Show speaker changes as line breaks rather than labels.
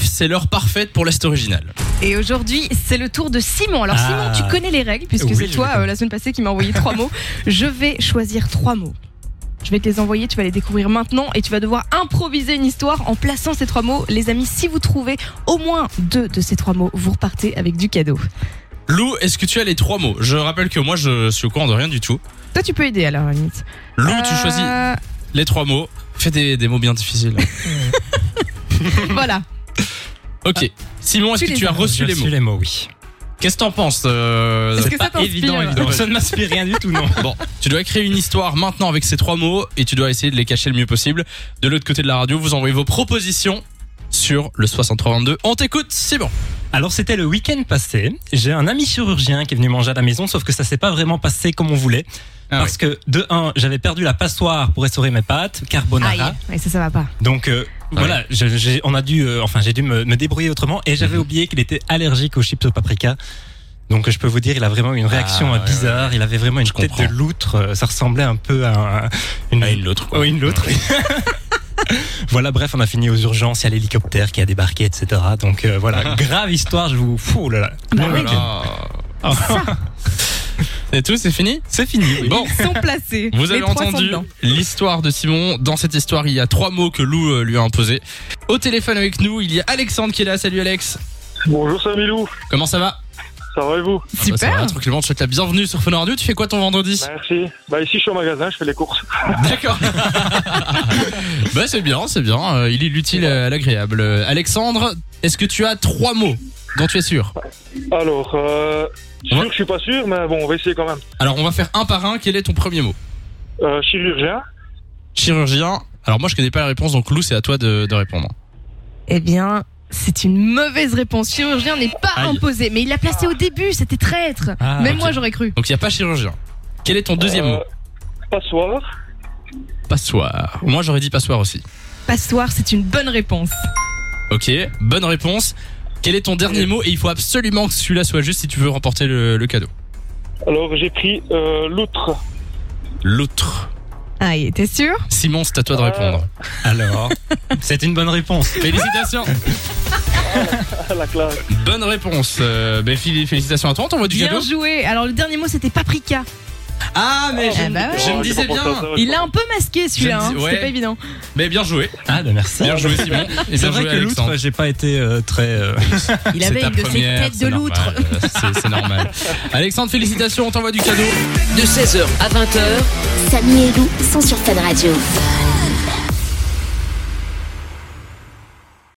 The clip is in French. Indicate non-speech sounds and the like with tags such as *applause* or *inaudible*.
C'est l'heure parfaite pour l'Est original.
Et aujourd'hui, c'est le tour de Simon. Alors
Ah.
Simon, tu connais les règles puisque
Oui,
c'est
je
toi
les connais.
euh, la semaine passée qui m'as envoyé trois
*laughs*
mots. Je vais choisir trois mots. Je vais te les envoyer, tu vas les découvrir maintenant et tu vas devoir improviser une histoire en plaçant ces trois mots. Les amis, si vous trouvez au moins deux de ces trois mots, vous repartez avec du cadeau.
Lou, est-ce que tu as les trois mots Je rappelle que moi, je suis au courant de rien du tout.
Toi, tu peux aider alors, à la limite.
Lou, tu
Euh,
choisis les trois mots. Fais des, des mots bien
*laughs*
difficiles.
Voilà.
ok. Simon, est-ce
Tu
que
les
tu as
as.
reçu les mots
oui.
Qu'est-ce que t'en penses euh,
Est-ce que ça t'inspire
Ça ne m'inspire rien du
*laughs*
tout, non.
Bon, tu dois créer une histoire maintenant avec ces trois mots et tu dois essayer de les cacher le mieux possible. De l'autre côté de la radio, vous envoyez vos propositions sur le 6322. On t'écoute, Simon.
Alors, c'était le week-end passé. J'ai un ami chirurgien qui est venu manger à la maison, sauf que ça s'est pas vraiment passé comme on voulait.
Ah
parce que, de un, j'avais perdu la passoire pour restaurer mes pâtes,
Ah,
carbonara.
Aïe, Ouais, ça, ça va pas.
Donc, euh, voilà, je- j'ai- on a dû, euh, enfin, j'ai dû me, me débrouiller autrement et j'avais
Mhm.
oublié qu'il était allergique aux chips au paprika. Donc, je peux vous dire, il a vraiment eu une réaction
Ah,
euh,
ouais,
bizarre. Il avait vraiment une tête
comprends.
de loutre. euh, Ça ressemblait un peu à un- Ah, une,
l'autre.
Oui, une l'autre. *laughs* voilà, bref, on a fini aux urgences. Il y a l'hélicoptère qui a débarqué, etc. Donc euh,
Ah.
voilà, grave histoire. Je vous fous oh là. là.
Bah
Bon
oui. Ah.
week-end.
*laughs* C'est tout, c'est fini
C'est fini. oui.
Bon.
Ils sont placés.
*laughs* Vous avez
Les trois sont
entendu
dedans.
l'histoire de Simon. Dans cette histoire, il y a trois mots que Lou euh, lui a imposés. Au téléphone avec nous, il y a Alexandre qui est là. Salut Alex.
Bonjour Samilou,
Comment ça va
ça va et
Ah
vous
bah, ça va,
Super.
tranquillement, je te souhaite la bienvenue sur Fun Radio. Tu fais quoi ton vendredi
Merci. Bah ici je suis au magasin, je fais les courses.
D'accord. bah c'est bien, c'est bien. Euh, Il est l'utile à l'agréable. Euh, Alexandre, est-ce que tu as trois mots dont tu es sûr
Alors, euh, sûr,
Ouais.
je suis pas sûr, mais bon, on va essayer quand même.
Alors on va faire un par un. Quel est ton premier mot
Euh, chirurgien,
Chirurgien. Alors moi je connais pas la réponse, donc Lou c'est à toi de, de répondre.
Eh bien, c'est une mauvaise réponse. Chirurgien n'est pas
Aïe. Ah.
imposé, mais il l'a placé au début, c'était traître.
Ah,
Même
ok.
moi, j'aurais cru.
Donc il n'y a pas chirurgien. Quel est ton deuxième
euh,
mot
passoire,
Passoire. Moi j'aurais dit passoire aussi.
Passoire, c'est une bonne réponse.
Ok, bonne réponse. Quel est ton dernier mot Et il faut absolument que celui-là soit juste si tu veux remporter le, le cadeau.
alors j'ai pris euh, l'outre. *laughs*
L'autre.
Aïe, Ah, t'es sûr
Simon, c'est à
Euh.
toi de répondre.
*laughs*
Alors, c'est une bonne réponse.
Félicitations
Ah, la classe.
Bonne réponse. Euh, ben, fili- félicitations à toi, on t'envoie du
Bien
cadeau.
joué. Alors, le dernier mot, c'était paprika.
Ah, mais
Ah bah ouais.
je me
Oh,
disais
j'ai pas pensé
bien.
à ça, ouais,
Il
je
l'a un peu masqué, celui-là.
Je me
Hein.
dis- ouais.
C'était pas évident.
Mais Ben, bien joué.
Ah, bah merci.
Bien joué, Simon. Et
C'est
bien
vrai
joué,
que l'outre,
Alexandre.
j'ai pas été euh, très. euh,
Il
C'est
avait
ta
une de ses
première,
têtes
c'est
de loutre.
normal. Euh, C'est c'est normal.
*laughs*
Alexandre, félicitations, on t'envoie du cadeau.
de 16h à 20h
Samy et Lou sont sur Fan Radio.